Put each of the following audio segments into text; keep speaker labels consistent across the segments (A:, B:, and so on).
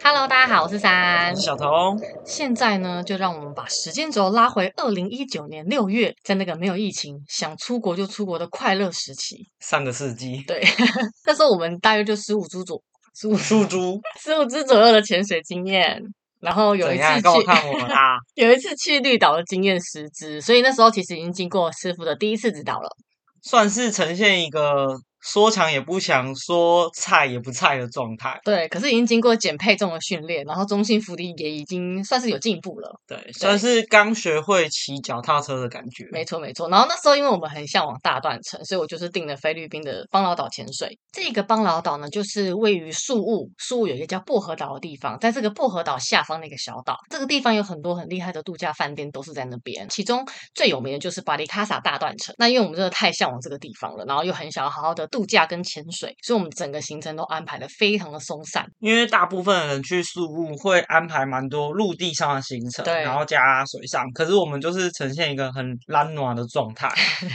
A: Hello，大家好，我是三。
B: 小童，
A: 现在呢，就让我们把时间轴拉回二零一九年六月，在那个没有疫情、想出国就出国的快乐时期。
B: 上个世纪
A: 对，那时候我们大约就十五株左十五
B: 出租
A: 十五只左右的潜水经验，然后有
B: 怎
A: 一次
B: 样？
A: 去
B: 跟我看我们啊！
A: 有一次去绿岛的经验十支，所以那时候其实已经经过师傅的第一次指导了。
B: 算是呈现一个说强也不强，说菜也不菜的状态。
A: 对，可是已经经过减配重的训练，然后中性浮力也已经算是有进步了。
B: 对，算是刚学会骑脚踏车的感觉。
A: 没错没错，然后那时候因为我们很向往大断层，所以我就是订了菲律宾的邦劳岛潜水。这个邦劳岛呢，就是位于宿务，宿务有一个叫薄荷岛的地方，在这个薄荷岛下方的一个小岛，这个地方有很多很厉害的度假饭店都是在那边，其中最有名的就是巴黎卡萨大断层。那因为我们真的太向往这个地方了，然后又很想要好好的度假跟潜水，所以我们整个行程都安排的非常的松散。
B: 因为大部分的人去宿务会安排蛮多陆地上的行程，
A: 对
B: 然后加水上。可是我们就是呈现一个很懒暖的 状态，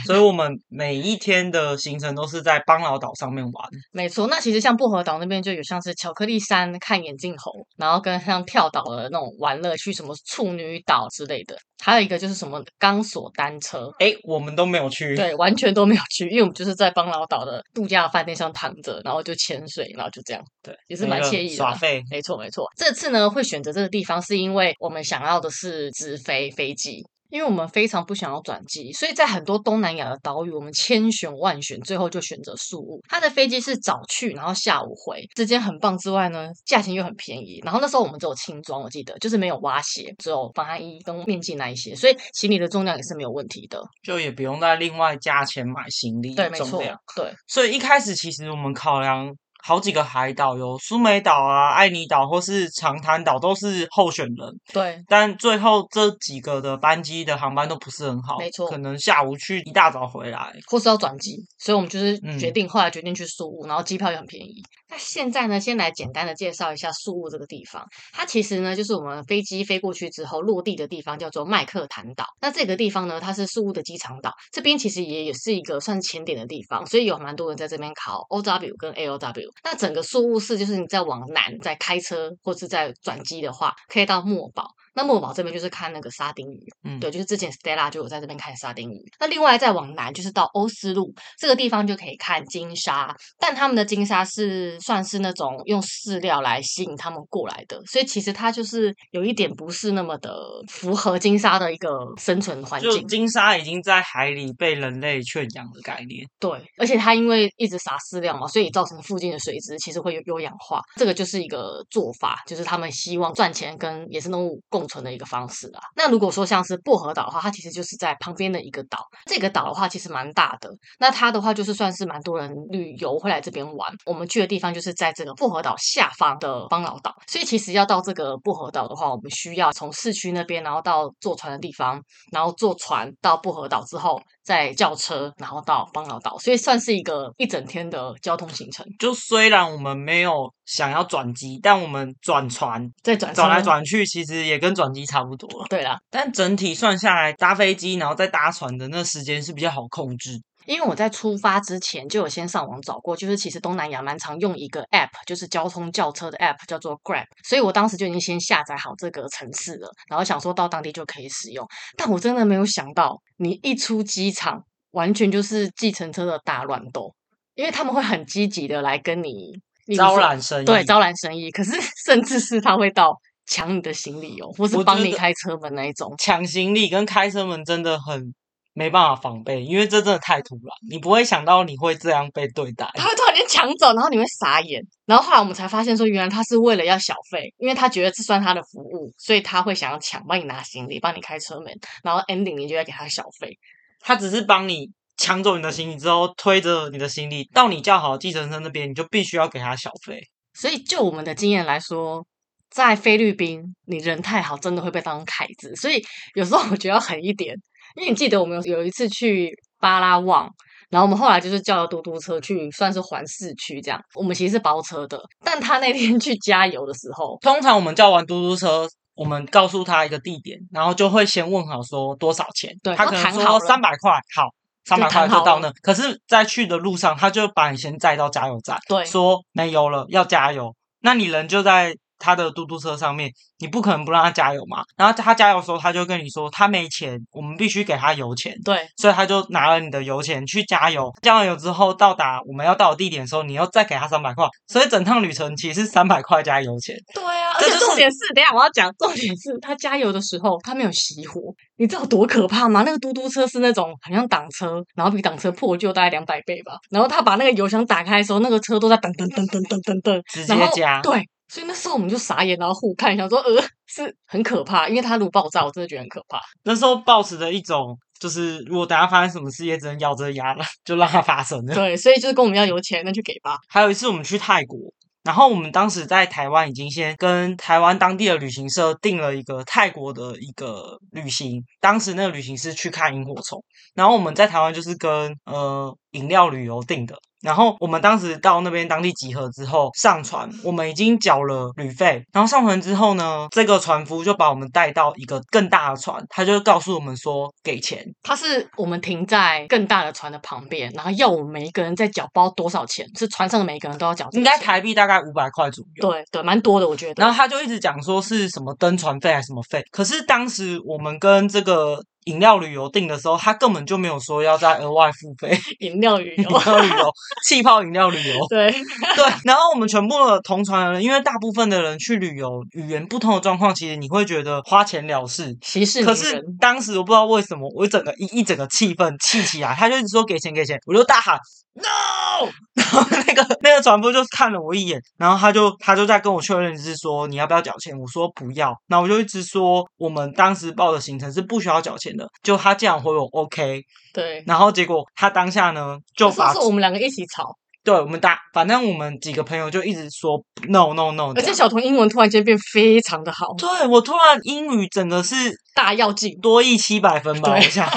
B: 所以我们每一天的行程都是在邦劳岛上面玩。
A: 没错，那其实像薄荷岛那边就有像是巧克力山看眼镜猴，然后跟像跳岛的那种玩乐区，什么处女岛之类的，还有一个就是什么钢索单车，
B: 诶，我们都没有去。
A: 哎对，完全都没有去，因为我们就是在邦劳岛的度假饭店上躺着，然后就潜水，然后就这样。
B: 对，
A: 也是
B: 那
A: 蛮
B: 个
A: 惬意的
B: 耍
A: 啦
B: 废。
A: 没错，没错。这次呢，会选择这个地方，是因为我们想要的是直飞飞机，因为我们非常不想要转机，所以在很多东南亚的岛屿，我们千选万选，最后就选择宿务。它的飞机是早去，然后下午回，之间很棒之外呢，价钱又很便宜。然后那时候我们只有轻装，我记得就是没有蛙鞋，只有防寒衣跟面镜那一些，所以行李的重量也是没有问题的。
B: 就也不用再另外加钱买行李
A: 对，
B: 的
A: 没
B: 重
A: 错
B: 量。，
A: 对。
B: 所以一开始其实我们考量好几个海岛，有苏梅岛啊、爱尼岛或是长滩岛都是候选人，
A: 对，
B: 但最后这几个的班机的航班都不是很好，
A: 没错
B: 可能下午去一大早回来。
A: 或是要转机，所以我们就是决
B: 嗯
A: 定、后来决定去宿务，然后机票也很便宜。那现在呢，先来简单的介绍一下宿务这个地方。它其实呢，就是我们飞机飞过去之后落地的地方，叫做麦克坦岛。那这个地方呢，它是宿务的机场岛，这边其实也也是一个算潜点的地方，所以有蛮多人在这边考 OW 跟 AOW。那整个宿务市就是你在往南在开车或是在转机的话，可以到墨宝。那墨宝这边就是看那个沙丁鱼，
B: 嗯
A: 对，就是之前 Stella 就有在这边看沙丁鱼。那另外再往南就是到欧斯陆这个地方就可以看金沙，但他们的金沙是算是那种用饲料来吸引他们过来的，所以其实它就是有一点不是那么的符合金沙的一个生存环
B: 就
A: 境。
B: 金沙已经在海里被人类圈养的概念，
A: 对，而且它因为一直撒饲料嘛，所以造成附近的水质其实会有有氧化，这个就是一个做法，就是他们希望赚钱跟野生动物共存的一个方式啊。那如果说像是薄荷岛的话，它其实就是在旁边的一个岛，这个岛的话其实蛮大的，那它的话就是算是蛮多人旅游会来这边玩。我们去的地方就是在这个薄荷岛下方的邦劳岛，所以其实要到这个薄荷岛的话，我们需要从市区那边，然后到坐船的地方，然后坐船到薄荷岛之后，再叫车，然后到邦劳岛，所以算是一个一整天的交通行程。
B: 就虽然我们没有想要转机，但我们转船
A: 再转
B: 转来
A: 车，
B: 转去，其实也跟转机差不多了。
A: 对啦，
B: 但整体算下来，搭飞机然后再搭船的那时间是比较好控制。
A: 因为我在出发之前就有先上网找过，就是其实东南亚蛮常用一个 app，就是交通叫车的 app，叫做 Grab，所以我当时就已经先下载好这个城市了，然后想说到当地就可以使用，但我真的没有想到，你一出机场，完全就是计程车的大乱斗，因为他们会很积极的来跟你例如
B: 招
A: 说
B: 揽生意，
A: 对招揽生意，可是 甚至是他会到抢你的行李哦，或是
B: 我
A: 帮
B: 觉
A: 你
B: 得
A: 开车门那一种。
B: 抢行李跟开车门真的很没办法防备，因为这真的太突然，你不会想到你会这样被对待。
A: 他会突然间抢走，然后你会傻眼。然后后来我们才发现说，原来他是为了要小费，因为他觉得这算他的服务，所以他会想要抢，帮你拿行李，帮你开车门，然后 ending 你就要给他小费。
B: 他只是帮你抢走你的行李之后，推着你的行李到你叫好的计程车那边，你就必须要给他小费。
A: 所以就我们的经验来说，在菲律宾，你人太好，真的会被当凯子。所以有时候我觉得要狠一点，因为你记得我们有有一次去巴拉望。然后我们后来就是叫了嘟嘟车去，算是环市区这样。我们其实是包车的，但他那天去加油的时候，
B: 通常我们叫完嘟嘟车。我们告诉他一个地点，然后就会先问好说多少钱，
A: 对
B: 他
A: 都
B: 可能
A: 谈好
B: 说
A: 了
B: 三百块，好，三百
A: 就谈
B: 块
A: 好
B: 就到
A: 了
B: 那。可是，在去的路上，他就把你先载到加油站，
A: 对
B: 说没油了，要加油。那你人就在他的嘟嘟车上面，你不可能不让他加油嘛。然后他加油的时候，他就跟你说他没钱，我们必须给他油钱。
A: 对，
B: 所以他就拿了你的油钱去加油，加完油之后到达我们要到的地点的时候，你要再给他三百块，所以整趟旅程其实是三百块加油钱。
A: 对啊，而
B: 这
A: 且
B: 就是
A: 重点是，等一下我要讲，重点是他加油的时候他没有熄火，你知道多可怕吗？那个嘟嘟车是那种好像挡车，然后比挡车破旧大概两百倍吧。然后他把那个油箱打开的时候，那个车都在噔噔噔噔噔噔噔，
B: 直
A: 然
B: 接
A: 后
B: 加
A: 对。所以那时候我们就傻眼，然后互看，想说呃是很可怕，因为它如果爆炸，我真的觉得很可 怕。
B: 那时候抱持着一种，就是如果等下发生什么事，也只能咬着牙了，就让它发生了。
A: 对，所以就是跟我们要油钱，那就给吧。
B: 还有一次我们去泰国，然后我们当时在台湾已经先跟台湾当地的旅行社订了一个泰国的一个旅行，当时那个旅行是去看萤火虫，然后我们在台湾就是跟呃饮料旅游订的。然后我们当时到那边当地集合之后上船，我们已经缴了旅费。然后上船之后呢，这个船夫就把我们带到一个更大的船，他就告诉我们说给钱，
A: 它是我们停在更大的船的旁边，然后要我们每一个人再缴包多少钱，是船上的每一个人都要缴这
B: 应
A: 个钱。
B: 该台币大概五百块左右。
A: 对对，蛮多的，我觉得。
B: 然后他就一直讲说是什么登船费还是什么费，可是当时我们跟这个饮料旅游订的时候，他根本就没有说要再额外付费。
A: 饮料旅
B: 饮
A: 游，
B: 料旅游，气泡饮料旅游，
A: 对，
B: 对。然后我们全部的同船的人，因为大部分的人去旅游，语言不通的状况，其实你会觉得花钱了事。
A: 歧视
B: 可
A: 名
B: 是
A: 人。
B: 当时我不知道为什么，我整个一一整个气氛气起来，他就一直说给钱给钱，我就大喊 no，然 后那个那个船夫就看了我一眼，然后他就他就在跟我确认是说你要不要缴钱，我说不要，那我就一直说我们当时报的行程是不需要缴钱的，就他这样回我 OK，
A: 对，
B: 然后结果他当下呢就
A: 那时
B: 把
A: 候是我们两个一起吵，
B: 对我们大反正我们几个朋友就一直说 no no no，
A: 而且
B: 这样
A: 小童英文突然间变非常的好，
B: 对我突然英语整个是
A: 大要进。
B: 多亿七百分吧，
A: 对
B: 我想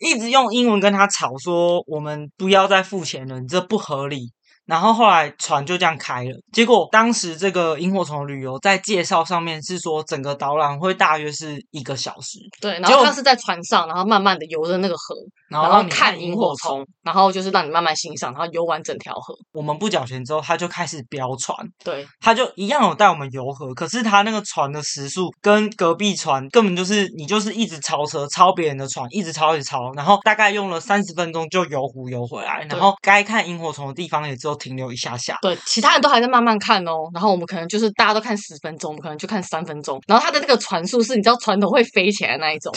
B: 一直用英文跟他吵说我们不要再付钱了，你这不合理。然后后来船就这样开了，结果当时这个萤火虫旅游在介绍上面是说整个导览会大约是一个小时，
A: 对，然
B: 结
A: 后
B: 果
A: 他是在船上，然后慢慢的游着那个河，
B: 然
A: 然
B: 后
A: 后
B: 让你
A: 看萤火。虫，然后就是让你慢慢欣赏，然后游完整条河。
B: 我们不缴钱之后，他就开始飙船，
A: 对，
B: 他就一样有带我们游河，可是他那个船的时速跟隔壁船根本就是你就是一直超车，超别人的船，一直超一直超，然后大概用了三十分钟就游湖游回来，
A: 对
B: 然后该看萤火虫的地方也只有停留一下下。
A: 对，其他人都还在慢慢看哦。然后我们可能就是大家都看十分钟，我们可能就看三分钟。然后他的那个船速是，你知道船头会飞起来的那一种，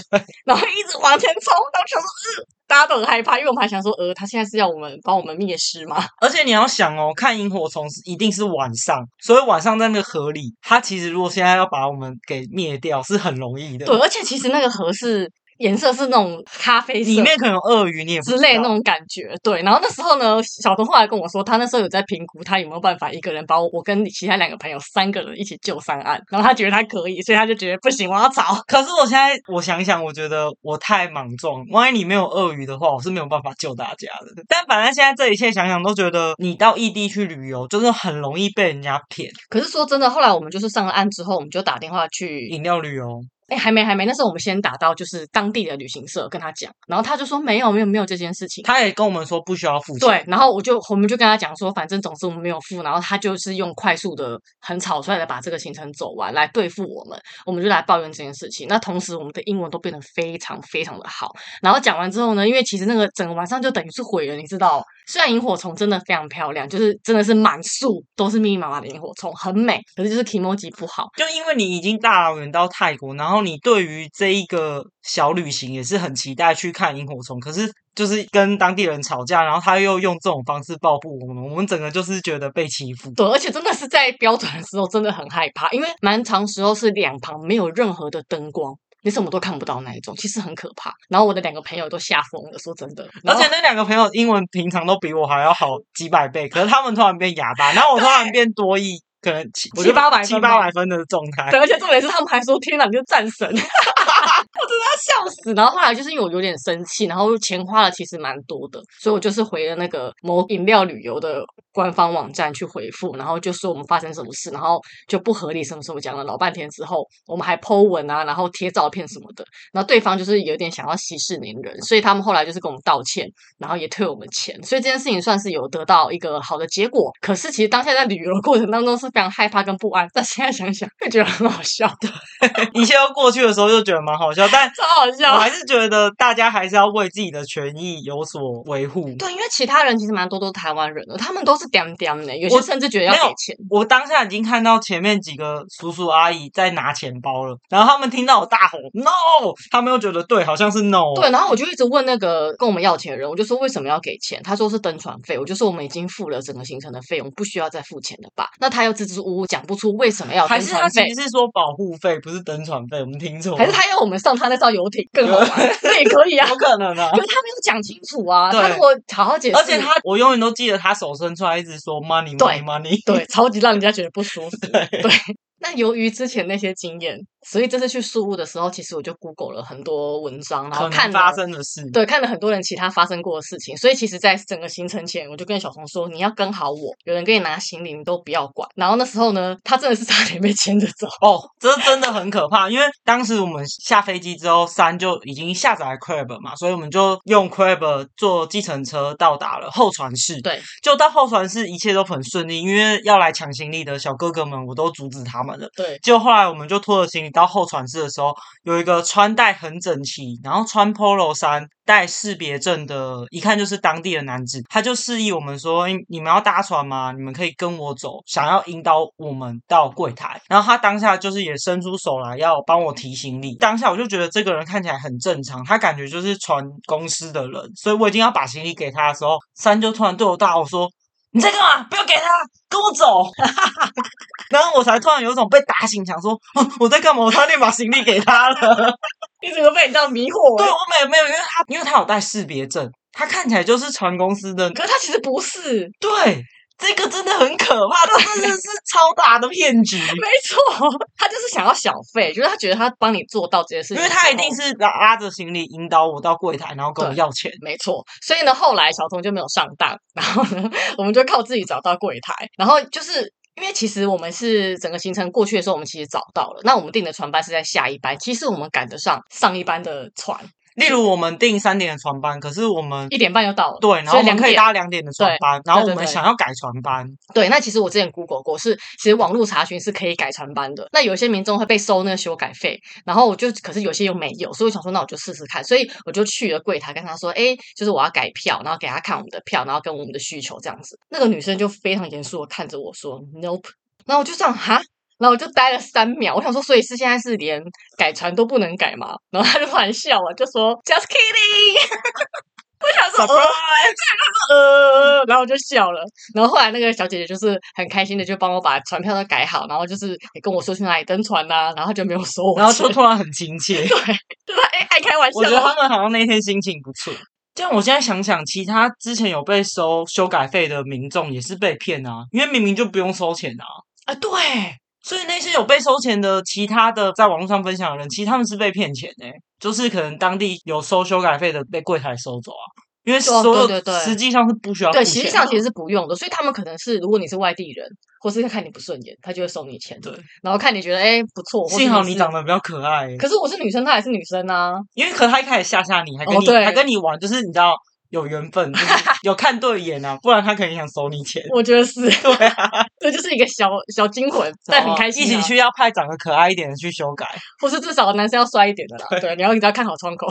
A: 然后一直往前冲，然后想说，呃，大家都很害怕，因为我们还想说，呃，他现在是要我们把我们灭失吗？
B: 而且你要想哦，看萤火虫是一定是晚上，所以晚上在那个河里，它其实如果现在要把我们给灭掉是很容易的。
A: 对，，而且其实那个河是颜色是那种咖啡色
B: 里面啊可能有鳄鱼，你也不
A: 之
B: 知
A: 类
B: 道
A: 那种感觉。对，然后那时候呢，小童后来跟我说，他那时候有在评估他有没有办法一个人把我我跟其他两个朋友三个人一起救上岸，然后他觉得他可以，所以他就觉得不行，我要找。
B: 可是我现在我想一想，我觉得我太莽撞。万一你没有鳄鱼的话，我是没有办法救大家的。但反正现在这一切想想，都觉得你到异地去旅游，真的很容易被人家骗。
A: 可是说真的，后来我们就是上了岸之后，我们就打电话去
B: 饮料旅游，
A: 哎，还没还没，那时候我们先打到就是当地的旅行社跟他讲，然后他就说没有没有没有这件事情。
B: 他也跟我们说不需要付钱。
A: 对，然后我就我们就跟他讲说，反正总之我们没有付，然后他就是用快速的、很草率的把这个行程走完来对付我们，我们就来抱怨这件事情。那同时我们的英文都变得非常非常的好，然后讲完之后呢，因为其实那个整个晚上就等于是毁了，你知道，虽然萤火虫真的非常漂亮，就是真的是满树都是密密麻麻的萤火虫，很美，可是就是 k i m o j i 不好。
B: 就因为你已经大老远到泰国，然后你对于这一个小旅行也是很期待去看萤火虫，可是就是跟当地人吵架，然后他又用这种方式报复我们，我们整个就是觉得被欺负。
A: 对，而且真的是在飙船的时候真的很害怕，因为蛮长时候是两旁没有任何的灯光。你什么都看不到那一种，其实很可怕。然后我的两个朋友都吓疯了，说真的。
B: 而
A: 然后
B: 且那两个朋友英文平常都比我还要好几百倍，可是他们突然变哑巴，然后我突然变多亿，可能七我
A: 七
B: 就
A: 八百
B: 七
A: 分
B: 八
A: 吧
B: 百分的状态
A: 对，。而且重点是他们还说：“天哪，你就战神！” 我真的要笑死。然后后来就是因为我有点生气，然后钱花了其实蛮多的，所以我就是回了那个某饮料旅游的官方网站去回复，然后就说我们发生什么事，然后就不合理什么什么讲了老半天之后，我们还 Po 文啊，然后贴照片什么的，然后对方就是有点想要息事宁人，所以他们后来就是跟我们道歉，然后也退我们钱，所以这件事情算是有得到一个好的结果。可是其实当下在旅游的过程当中是非常害怕跟不安，但现在想想会觉得很好笑的，
B: 一切都过去的时候就觉得蛮好笑， 但
A: 超好
B: 我
A: 笑。
B: 还是觉得大家还是要为自己的权益有所维护。
A: 对，因为其他人其实蛮多都是台湾人的，他们都是屌屌的，有
B: 我
A: 些甚至觉得要
B: 没有
A: 给钱。
B: 我当下已经看到前面几个叔叔阿姨在拿钱包了，然后他们听到我大吼 “no”，他们又觉得对，好像是 “no”。
A: 对，然后我就一直问那个跟我们要钱的人，我就说为什么要给钱？他说是登船费。我就说我们已经付了整个行程的费用，不需要再付钱了吧？那他又支支吾吾讲不出为什么要
B: 还
A: 登
B: 是他
A: 船
B: 其
A: 费，
B: 实是说保护费，不是登船费，我们听错了。
A: 还是他要我们上他那艘游艇更好玩？ 这也可以啊，
B: 有可能啊
A: 可。是他没有讲清楚啊。他
B: 对
A: 如果好好解释，
B: 而且他，我永远都记得他手伸出来一直说 “money
A: 对
B: money money”。
A: 对超级让人家觉得不舒服。
B: 对，
A: 那由于之前那些经验，所以这次去宿务的时候，其实我就 Google 了很多文章，然后
B: 可
A: 看
B: 能
A: 了
B: 发生的事。
A: 对，看了很多人其他发生过的事情，所以其实，在整个行程前，我就跟小红说，你要跟好我，有人给你拿行李，你都不要管。然后那时候呢，他真的是差点被牵着走。
B: 哦，这真的很可怕，因为当时我们下飞机之后，三就已经下载 Crab 嘛，所以我们就用 Crab 坐计程车到达了候船室。
A: 对，
B: 就到候船室，一切都很顺利，因为要来抢行李的小哥哥们，我都阻止他们了。
A: 对，
B: 就后来我们就拖着行李到候船室的时候，有一个穿戴很整齐，然后穿 polo 衫、带识别证的，一看就是当地的男子，他就示意我们说：“诶你们要搭船吗？你们可以跟我走，想要引导我们到柜台。”然后他当下就是也伸出手来要帮我提行李，当下我就觉得这个人看起来很正常，他感觉就是船公司的人，所以我已经要把行李给他的时候，三就突然对我大吼说：“你在干嘛？不要给他，跟我走！”然后我才突然有一种被打醒，想说、啊、我在干嘛？我差点把行李给他了。
A: 你怎么被你这样迷惑欸
B: 对，
A: 了？
B: 我没有没有，因为他因为他有带识别证，他看起来就是船公司的。
A: 可是他其实不是，
B: 对，这个真的很可怕，这真的是超大的骗局。
A: 没错，他就是想要小费，就是他觉得他帮你做到这些事情
B: 因
A: 之后，
B: 为他一定是拉拉着行李引导我到柜台，然后跟我
A: 对
B: 要钱。
A: 没错，所以呢，后来小童就没有上当，然后呢，我们就靠自己找到柜台，然后就是。因为其实我们是整个行程过去的时候，我们其实找到了。那我们订的船班是在下一班，其实我们赶得上上一班的船，
B: 例如我们订三点的船班，可是我们
A: 一点半就到了。
B: 对，然后
A: 所
B: 我
A: 以
B: 们
A: 两
B: 可以
A: 点
B: 搭两点的船
A: 对
B: 班，然后
A: 对对
B: 我们
A: 对
B: 想要改船班，
A: 对，那其实我之前 Google 过，是其实网络查询是可以改船班的。那有一些民众会被收那个修改费，然后我就可是有些又没有，所以我想说那我就试试看，所以我就去了柜台跟他说，哎，就是我要改票，然后给他看我们的票，然后跟我们的需求这样子。那个女生就非常严肃的看着我说 Nope，然后我就这样哈。然后我就呆了三秒，我想说，所以是现在是连改船都不能改吗？然后他就突然笑了，就说 Just kidding。我 想说，呃
B: Surprise！
A: 呃，然后我就笑了。然后后来那个小姐姐就是很开心的，就帮我把船票都改好，然后就是也跟我说去哪里登船呐、然后就没有说我
B: 然后
A: 钱
B: 就突然很亲切。
A: 就是爱爱开玩笑
B: 我觉得
A: 啊，
B: 他们好像那天心情不错。这样我现在想想，其他之前有被收修改费的民众也是被骗啊，因为明明就不用收钱啊。啊，对，所以那些有被收钱的其他的在网络上分享的人，其实他们是被骗钱诶、就是可能当地有收修改费的被柜台收走啊，因为所有
A: 对对对
B: 实际上是不需要付
A: 对，
B: 钱
A: 实际
B: 的
A: 上其实是不用的，所以他们可能是如果你是外地人，或是看你不顺眼，他就会收你钱，
B: 对，
A: 然后看你觉得哎不错，或是
B: 幸好你
A: 是
B: 长。得比较可爱、欸，
A: 可是我是女生，她也是女生啊，
B: 因为可他一开始吓吓你，还跟
A: 哦
B: 你、
A: 对
B: 还跟你玩，就是你知道有缘分，就是有看对眼啊，不然他肯定想收你钱。
A: 我觉得是，
B: 对啊。哦
A: 这就是一个小小惊魂，但很开心、啊。
B: 一起去要派长得可爱一点的去修改。
A: 或是至少男生要帅一点的啦。对，你要你要看好窗口。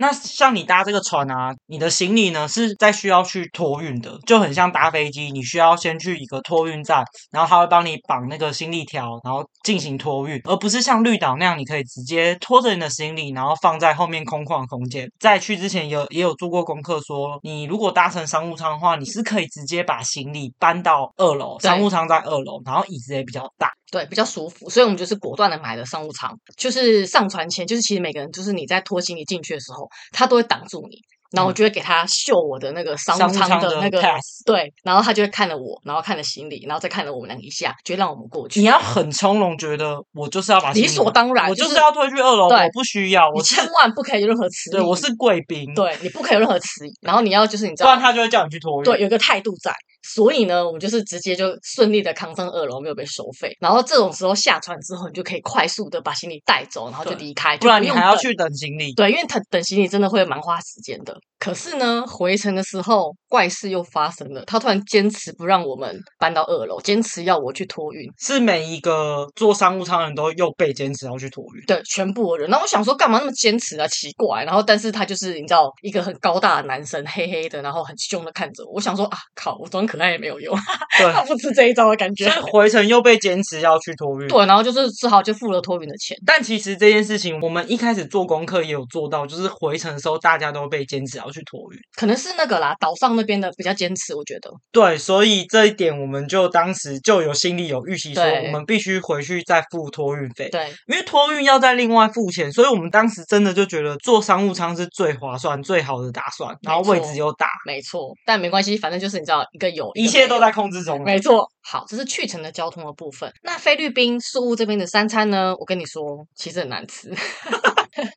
B: 那像你搭这个船啊，你的行李呢是在需要去托运的，就很像搭飞机，你需要先去一个托运站，然后他会帮你绑那个行李条，然后进行托运，而不是像绿岛那样，你可以直接拖着你的行李，然后放在后面空旷的空间。在去之前也有也有做过功课说，你如果搭乘商务舱的话，你是可以直接把行李搬到二楼，
A: 对
B: 商务舱在二楼，然后椅子也比较大。
A: 对，比较舒服，所以我们就是果断的买了商务舱，就是上船前，就是其实每个人就是你在拖行李进去的时候，他都会挡住你，然后我就会给他秀我的那个商
B: 嗯商
A: 务
B: 务
A: 舱
B: 舱
A: 的
B: 的
A: 那个
B: pass
A: 对，然后他就会看了我，然后看了行李，然后再看了我们两个一下，就让我们过去。
B: 你要很从容，觉得我就是要把行
A: 理
B: 李
A: 所
B: 拿
A: 当然
B: 我
A: 就
B: 就是
A: 是
B: 要推去二楼，
A: 对
B: 我不需要，
A: 你
B: 我是
A: 千万不可以有任何迟疑，
B: 对我是贵宾，
A: 对你不可以有任何迟疑，然后你要就是你知
B: 不然
A: 道，
B: 他就会叫你去托运。
A: 对，有一个态度在，所以呢，我们就是直接就顺利的扛上二楼，没有被收费。然后这种时候下船之后，你就可以快速的把行李带走，然后就
B: 对
A: 离开，就
B: 不然你
A: 用
B: 还要
A: 等
B: 去等行李。
A: 对，因为等等行李真的会蛮花时间的。可是呢，回程的时候怪事又发生了，他突然坚持不让我们搬到二楼，坚持要我去托运。
B: 是每一个坐商务舱的人都又被坚持要去托 运。
A: 对，全部的人。然后我想说，干嘛那么坚持啊？奇怪。然后，但是他就是你知道，一个很高大的男生，黑黑的，然后很凶的看着我。我想说啊，靠，我装可爱也没有用，
B: 对，
A: 他不吃这一招的感觉
B: 所。以回程又被坚持要去托运。
A: 对，然后就是只好就付了托运的钱。
B: 但其实这件事情，我们一开始做功课也有做到，就是回程的时候大家都被坚持要去托运。
A: 可能是那个啦，岛上那边的比较坚持，我觉得。
B: 对，所以这一点我们就当时就有心里有预期，说
A: 对
B: 我们必须回去再付托运费，
A: 对，
B: 因为托运要再另外付钱，所以我们当时真的就觉得坐商务舱是最划算、最好的打算，然后位
A: 错
B: 置又大，
A: 没错。但没关系，反正就是你知道，一个有，
B: 一
A: 个
B: 切
A: 没
B: 都
A: 有
B: 在控制中。
A: 没错，好，这是去程的交通的部分。那菲律宾宿务这边的三餐呢？我跟你说，其实很难吃。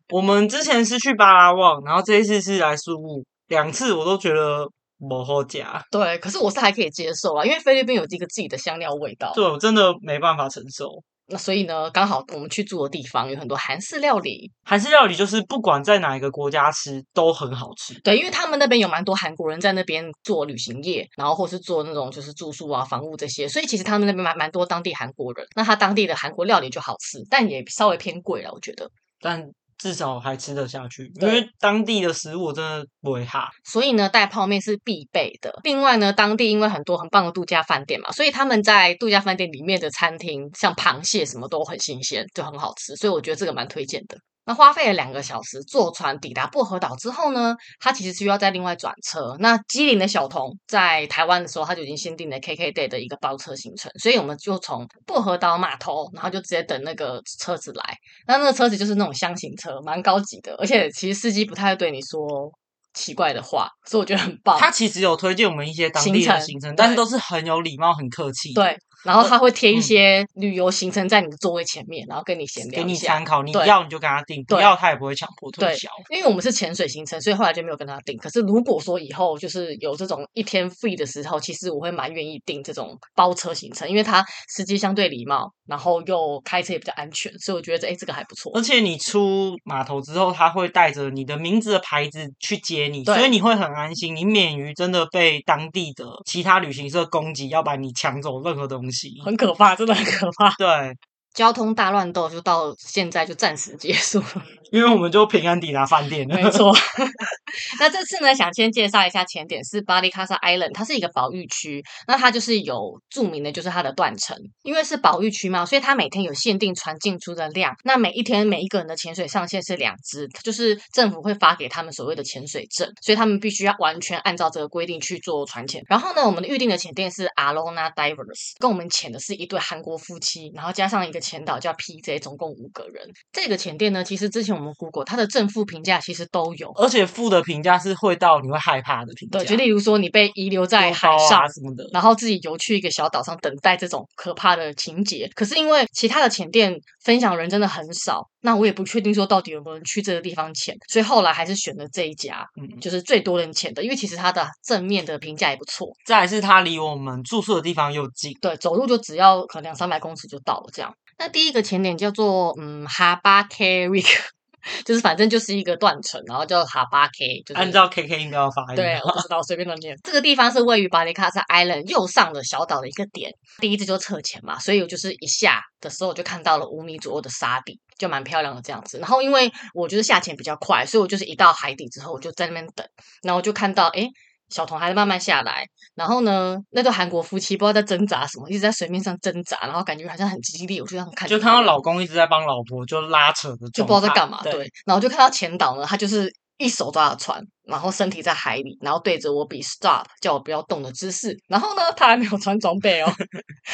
B: 我们之前是去巴拉望，然后这一次是来宿务，两次我都觉得不好夹，
A: 对，可是我是还可以接受啊，因为菲律宾有一个自己的香料味道。
B: 对我真的没办法承受。
A: 那所以呢，刚好我们去住的地方有很多韩式料理，
B: 韩式料理就是不管在哪一个国家吃都很好吃，
A: 对，因为他们那边有蛮多韩国人在那边做旅行业，然后或是做那种就是住宿啊、房屋这些，所以其实他们那边蛮蛮多当地韩国人，那他当地的韩国料理就好吃，但也稍微偏贵了，我觉得。
B: 但至少还吃得下去，因
A: 对
B: 为当地的食物我真的不会哈。
A: 所以呢，带泡面是必备的。另外呢，当地因为很多很棒的度假饭店嘛，所以他们在度假饭店里面的餐厅，像螃蟹什么都很新鲜，就很好吃，所以我觉得这个蛮推荐的。那花费了两个小时坐船抵达薄荷岛之后呢，他其实需要再另外转车。那机灵的小童在台湾的时候，他就已经先定了 KK day 的一个包车行程，所以我们就从薄荷岛码头，然后就直接等那个车子来。那那个车子就是那种箱型车，蛮高级的，而且其实司机不太会对你说奇怪的话，所以我觉得很棒。
B: 他其实有推荐我们一些当
A: 行
B: 地的
A: 程
B: 行程，但是
A: 对
B: 都是很有礼貌、很客气，
A: 对，，然后他会贴一
B: 嗯
A: 些旅游行程在你的座位前面，然后跟你闲聊
B: 给
A: 一
B: 你
A: 下。
B: 参考，你
A: 对
B: 要你就跟他订，不
A: 对
B: 要他也不会强迫推
A: 对
B: 销。
A: 因为我们是潜水行程，所以后来就没有跟他订。可是如果说以后就是有这种一天 free 的时候，其实我会蛮愿意订这种包车行程，因为它司机相对礼貌，然后又开车也比较安全，所以我觉得哎这个还不错
B: 而。且你出码头之后，他会带着你的名字的牌子去接你，所
A: 对
B: 以你会很安心，你免于真的被当地的其他旅行社攻击，要把你抢走任何东西。
A: 很可怕，真的很可怕。
B: 对，
A: 交通大乱斗就到现在就暂时结束了。
B: 因为我们就平安抵达饭店了。
A: 没错。 那这次呢，想先介绍一下前点是巴黎卡萨 Island，它是一个保育区。那它就是有著名的就是它的断层，因为是保育区嘛，所以它每天有限定船进出的量。那每一天每一个人的潜水上限是两只，就是政府会发给他们所谓的潜水证，所以他们必须要完全按照这个规定去做船潜。然后呢，我们的预定的潜店是 Alona Divers，跟我们潜的是一对韩国夫妻，然后加上一个潜导叫 PJ，总共五个人。这个前店呢，其实之前我们 Google 它的正负评价其实都有，
B: 而且负的评价是会到你会害怕的评价，
A: 对，就例如说你被遗留在
B: 丢
A: 海
B: 包
A: 上
B: 啊。什么的。
A: 然后自己游去一个小岛上等待这种可怕的情节，可是因为其他的潜店分享人真的很少，那我也不确定说到底有没有人去这个地方潜，所以后来还是选了这一家，
B: 嗯
A: 就是最多人潜的，因为其实它的正面的评价也不错，
B: 再来是它离我们住宿的地方又近，
A: 对，走路就只要可能两三百公尺就到了这样。那第一个潜点叫做嗯哈巴 K Rick，就是 反正就是一个断层，然后叫哈巴 K，就是
B: 按照 KK 音标发音。
A: 对，我不知道，随便乱念。这个地方是位于巴黎卡萨 Island 右上的小岛的一个点。第一次就撤前嘛，所以我就是一下的时候我就看到了五米左右的沙底，就蛮漂亮的这样子。然后因为我就是下潜比较快，所以我就是一到海底之后，我就在那边等，然后我就看到诶小童还在慢慢下来，然后呢，那对韩国夫妻不知道在挣扎什么，一直在水面上挣扎，然后感觉好像很激烈，我就这样看着
B: 就
A: 他们，
B: 看到老公一直在帮老婆就拉扯的状态，
A: 就不知道在干嘛。对，
B: 对，
A: 然后就看到前导呢，他就是一手抓着船，然后身体在海里，然后对着我比 stop，叫我不要动的姿势。然后呢，他还没有穿装备哦，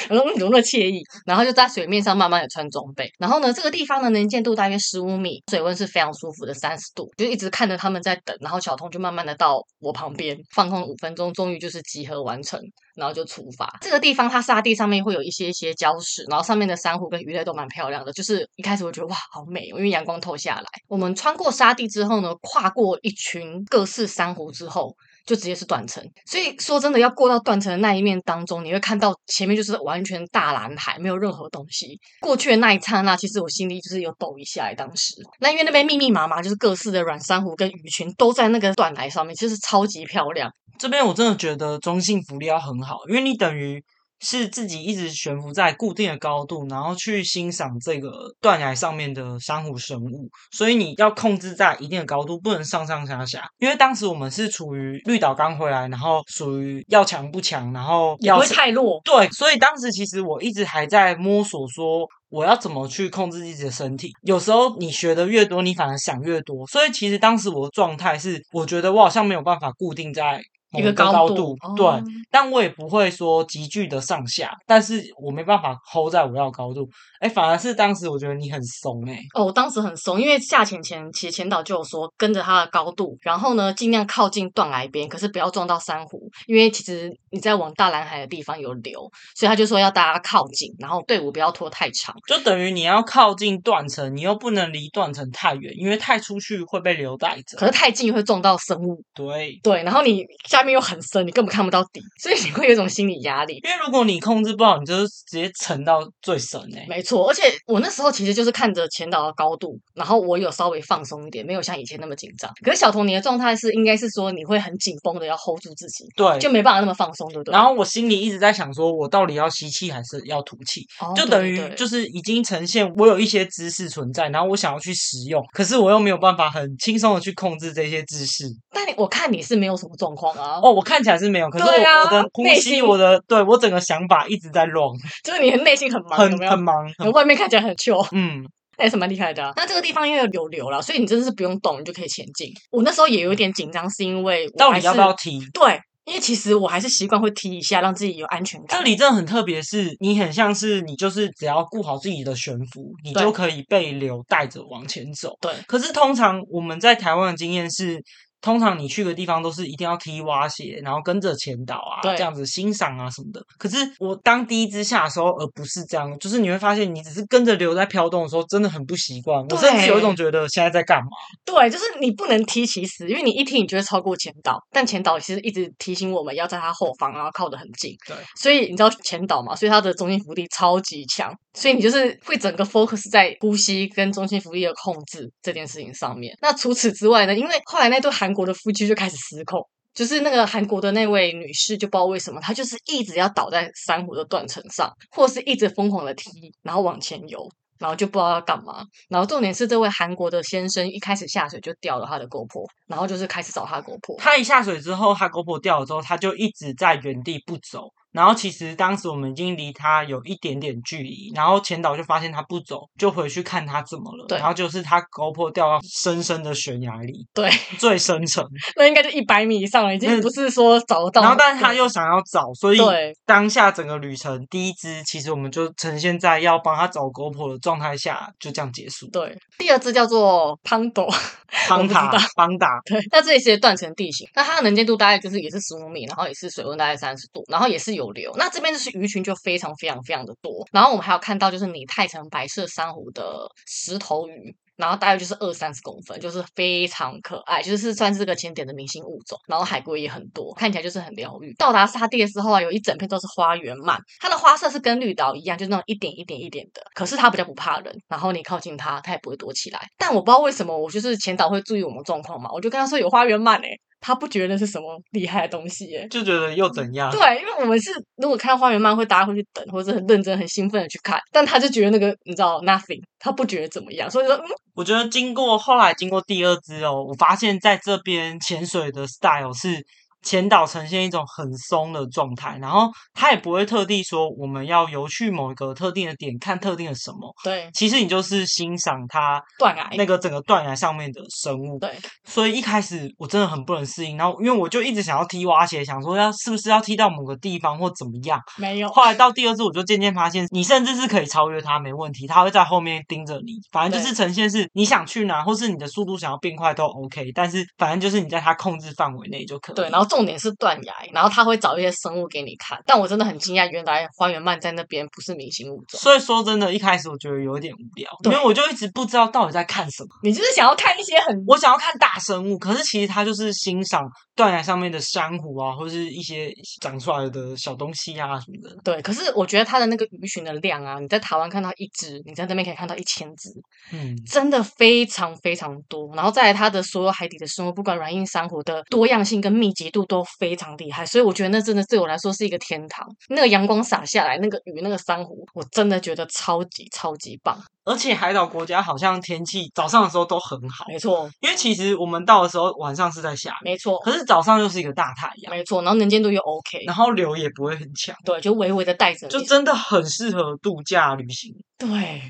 A: 我说嗯怎么那么惬意？然后就在水面上慢慢的穿装备。然后呢，这个地方的能见度大约十五米，水温是非常舒服的三十度，就一直看着他们在等。然后小童就慢慢的到我旁边放空五分钟，终于就是集合完成。然后就出发。这个地方它沙地上面会有一些一些礁石，然后上面的珊瑚跟鱼类都蛮漂亮的。就是一开始我觉得哇，好美哦，因为阳光透下来。我们穿过沙地之后呢，跨过一群各式珊瑚之后。就直接是断层。所以说真的，要过到断层的那一面当中，你会看到前面就是完全大蓝海，没有任何东西。过去的那一刹那，其实我心里就是有抖一下。当时那因为那边密密麻麻就是各式的软珊瑚跟鱼群都在那个断崖上面，就是超级漂亮。
B: 这边我真的觉得中性浮力要很好，因为你等于是自己一直悬浮在固定的高度，然后去欣赏这个断崖上面的珊瑚生物，所以你要控制在一定的高度，不能上上下下。因为当时我们是处于绿岛刚回来，然后属于要强不强，然后
A: 也不
B: 要
A: 会太弱，
B: 对，所以当时其实我一直还在摸索说。我要怎么去控制自己的身体？有时候你学的越多，你反而想越多。所以其实当时我的状态是，我觉得我好像没有办法固定在某
A: 一个
B: 高
A: 高
B: 度
A: 度，
B: 对，
A: 哦
B: 但我也不会说急剧的上下，但是我没办法 hold 在我要的高度。哎，反而是当时我觉得你很松哎、
A: 哦，我当时很松，因为夏浅浅其实前导就有说，跟着它的高度，然后呢，尽量靠近断崖边，可是不要撞到珊瑚，因为其实你在往大蓝海的地方有流，所以他就说要大家靠近，然后队伍不要拖太长。
B: 就等于你要靠近断层，你又不能离断层太远，因为太出去会被流带
A: 可
B: 着。
A: 是太近会撞到生物，
B: 对，
A: 对，然后你下面又很深，你根本看不到底，所以你会有一种心理压力。
B: 因为如果你控制不好，你就是直接沉到最深哎、
A: 没错，而且我那时候其实就是看着前导的高度，然后我有稍微放松一点，没有像以前那么紧张。可是小童你的状态是应该是说你会很紧绷的要 hold 住自己，
B: 对，
A: 就没办法那么放松，对不对？
B: 然后我心里一直在想，说我到底要吸气还是要吐气？
A: 哦
B: 就
A: 对
B: 等
A: 对
B: 于
A: 对
B: 就是已经呈现我有一些知识存在，然后我想要去使用，可是我又没有办法很轻松的去控制这些知识。
A: 但你我看你是没有什么状况啊，
B: 哦，我看起来是没有，可是我、
A: 对啊
B: 我的呼
A: 内
B: 吸，
A: 心
B: 我的对我整个想法一直在乱，
A: 就是你的内心很忙，
B: 很
A: 有没有
B: 很？忙，
A: 可
B: 很
A: 外面看起来很旧，
B: 嗯，
A: 那也是蛮厉害的啊、那这个地方因为有流流了，所以你真的是不用动，你就可以前进。我那时候也有一点紧张，是因为我
B: 到
A: 还
B: 底要
A: 是
B: 不要提？
A: 对，因为其实我还是习惯会踢一下，让自己有安全
B: 这
A: 感。
B: 里真的很特别，是你很像是你就是只要顾好自己的悬浮，你
A: 对
B: 就可以被流带着往前走。
A: 对，
B: 可是通常我们在台湾的经验是，通常你去个地方都是一定要踢蛙鞋，然后跟着前导啊，
A: 对
B: 这样子欣赏啊什么的。可是我当第一只下的时候，而不是这样，就是你会发现你只是跟着流在飘动的时候，真的很不习惯。我甚至有一种觉得现在在干嘛？
A: 对，就是你不能踢，其实因为你一踢，你就会超过前导，但前导其实一直提醒我们要在它后方，然后靠得很近。
B: 对，
A: 所以你知道前导嘛，所以它的中心浮力超级强，所以你就是会整个 focus 在呼吸跟中心浮力的控制这件事情上面。那除此之外呢，因为后来那对韩国的夫妻就开始失控。就是那个韩国的那位女士，就不知道为什么，她就是一直要倒在珊瑚的断层上，或是一直疯狂的踢，然后往前游，然后就不知道要干嘛。然后重点是这位韩国的先生一开始下水就掉了他的 GoPro，然后就是开始找他的 GoPro。
B: 他一下水之后，他 GoPro 掉了之后，他就一直在原地不走。然后其实当时我们已经离他有一点点距离，然后前导就发现他不走，就回去看他怎么了。
A: 对
B: 然后就是他 GoPro 掉到深深的悬崖里，
A: 对，
B: 最深层。
A: 那应该就一百米以上了，已经
B: 嗯
A: 不是说找得到。
B: 然后，但是他又想要找，所以
A: 对
B: 当下整个旅程第一支，其实我们就呈现在要帮他找 GoPro 的状态下，就这样结束。
A: 对，第二只叫做 Pando，我
B: 帮
A: 不知
B: 他
A: 道，
B: 帮打，
A: 对，那这里是断层地形，那它的能见度大概就是也是十五米，然后也是水温大概三十度，然后也是有流。那这边就是鱼群就非常非常非常的多，然后我们还有看到就是拟态成白色珊瑚的石头鱼。然后大概就是二三十公分，就是非常可爱，就是算是个潜点的明星物种。然后海龟也很多，看起来就是很疗愈。到达沙地的时候啊，有一整片都是花园鳗，它的花色是跟绿岛一样，就是那种一点一点一点的。可是它比较不怕人，然后你靠近它，它也不会躲起来。但我不知道为什么，我就是前导会注意我们状况嘛，我就跟他说有花园鳗诶、他不觉得那是什么厉害的东西耶、
B: 就觉得又怎样？
A: 对，因为我们是如果看到花园漫会，大家会去等，或者是很认真、很兴奋的去看，但他就觉得那个你知道 nothing，他不觉得怎么样，所以说嗯，
B: 我觉得经过后来经过第二支哦，我发现在这边潜水的 style 是前导呈现一种很松的状态，然后他也不会特地说我们要游去某一个特定的点看特定的什么，
A: 对，
B: 其实你就是欣赏它
A: 断崖，
B: 那个整个断崖上面的生物。
A: 对，
B: 所以一开始我真的很不能适应，然后因为我就一直想要踢蛙鞋，想说要是不是要踢到某个地方或怎么样。
A: 没有，
B: 后来到第二次，我就渐渐发现，你甚至是可以超越它，没问题，它会在后面盯着你。反正就是呈现是你想去哪，或是你的速度想要变快都 OK，但是反正就是你在它控制范围内就可以。
A: 对，然后重点是断崖，然后他会找一些生物给你看。但我真的很惊讶，原来花园鳗在那边不是明星物种。
B: 所以说真的，一开始我觉得有点无聊，因为
A: 对
B: 我就一直不知道到底在看什么。
A: 你就是想要看一些很
B: 我想要看大生物，可是其实它就是欣赏断崖上面的珊瑚啊，或是一些长出来的小东西啊什么的。
A: 对，可是我觉得它的那个鱼群的量啊，你在台湾看到一只，你在那边可以看到一千只，
B: 嗯，
A: 真的非常非常多。然后再来它的所有海底的生物，不管软硬珊瑚的多样性跟密集度都非常厉害，所以我觉得那真的对我来说是一个天堂。那个阳光洒下来，那个鱼，那个珊瑚，我真的觉得超级超级棒。
B: 而且海岛国家好像天气早上的时候都很好，
A: 没错，
B: 因为其实我们到的时候晚上是在下雨，
A: 没错，
B: 可是早上又是一个大太阳，
A: 没错。然后能见度又 OK，
B: 然后流也不会很强，
A: 对，就微微的带着
B: 就
A: 你
B: 真的很适合度假旅行。
A: 对，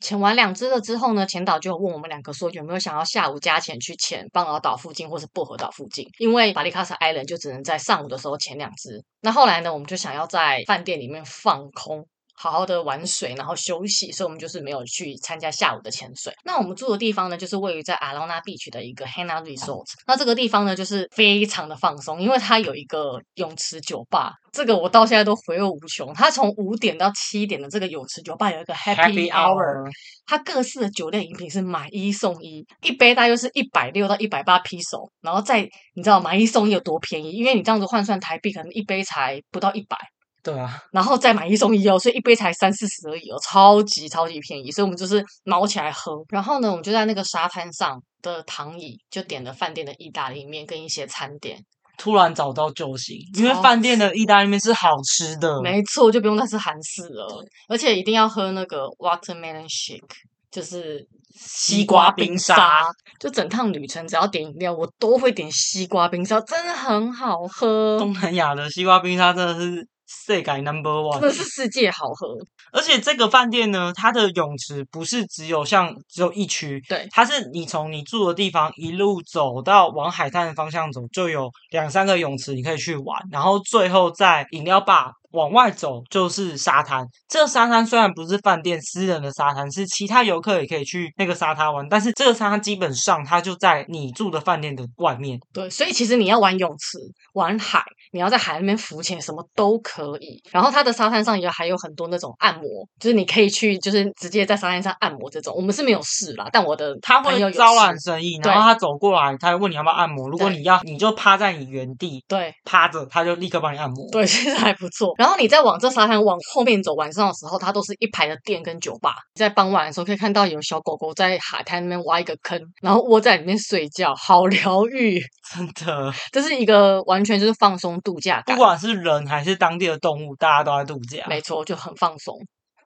A: 潜完两只了之后呢，前导就有问我们两个说有没有想要下午加钱去潜棒岛岛附近或是薄荷岛附近，因为巴利卡萨 Island 就只能在上午的时候潜两只。那后来呢，我们就想要在饭店里面放空。好好的玩水，然后休息，所以我们就是没有去参加下午的潜水。那我们住的地方呢，就是位于在阿拉那 beach 的一个 Hana Resort。那这个地方呢，就是非常的放松，因为它有一个泳池酒吧，这个我到现在都回味无穷。它从五点到七点的这个泳池酒吧有一个 Happy Hour，它各式的酒类饮品是买一送一，一杯大约是一百六到一百八披手，然后再你知道买一送一有多便宜？因为你这样子换算台币，可能一杯才不到一百，
B: 对啊，
A: 然后再买一送一哦，所以一杯才三四十而已哦，超级超级便宜，所以我们就是毛起来喝。然后呢，我们就在那个沙滩上的躺椅就点了饭店的意大利面跟一些餐点，
B: 突然找到救星，因为
A: 超
B: 饭店的意大利面是好吃的，
A: 没错，就不用再吃韩式了，而且一定要喝那个 watermelon shake，就是西
B: 瓜
A: 瓜
B: 冰
A: 冰
B: 沙
A: 沙。就整趟旅程，只要点饮料，我都会点西瓜冰沙，真的很好喝，
B: 东南亚的西瓜冰沙真的是世界
A: 真
B: number one
A: 的。是世界好喝。
B: 而且这个饭店呢，它的泳池不是只有像只有一区，
A: 对
B: 它是你从你住的地方一路走到往海滩的方向走，就有两三个泳池你可以去玩，然后最后在饮料吧。往外走就是沙滩，这个沙滩虽然不是饭店私人的沙滩，是其他游客也可以去那个沙滩玩，但是这个沙滩基本上它就在你住的饭店的外面，
A: 对，所以其实你要玩泳池、玩海，你要在海那边浮潜，什么都可以。然后它的沙滩上也还有很多那种按摩，就是你可以去，就是直接在沙滩上按摩这种。我们是没有试啦，但我的
B: 他
A: 朋
B: 会
A: 友有
B: 招揽
A: 试
B: 生意，
A: 对
B: 然后他走过来，他会问你要不要按摩，如果
A: 对
B: 你要，你就趴在你原地
A: 对，
B: 趴着，他就立刻帮你按摩。
A: 对， 其实还不错。然后你再往这沙滩往后面走，晚上的时候，它都是一排的店跟酒吧。在傍晚的时候，可以看到有小狗狗在海滩那边挖一个坑，然后窝在里面睡觉，好疗愈。
B: 真的，
A: 这是一个完全就是放松度假
B: 不
A: 感，
B: 管是人还是当地的动物，大家都在度假。
A: 没错，就很放松。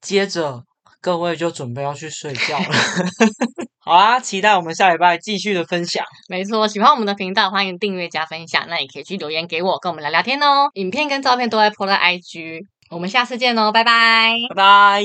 B: 接着，各位就准备要去睡觉了。 好啦，期待我们下礼拜继续的分享。
A: 没错，喜欢我们的频道，欢迎订阅加分享，那也可以去留言给我，跟我们聊聊天哦。影片跟照片都会 po 到 IG，我们下次见哦，拜拜。
B: 拜拜。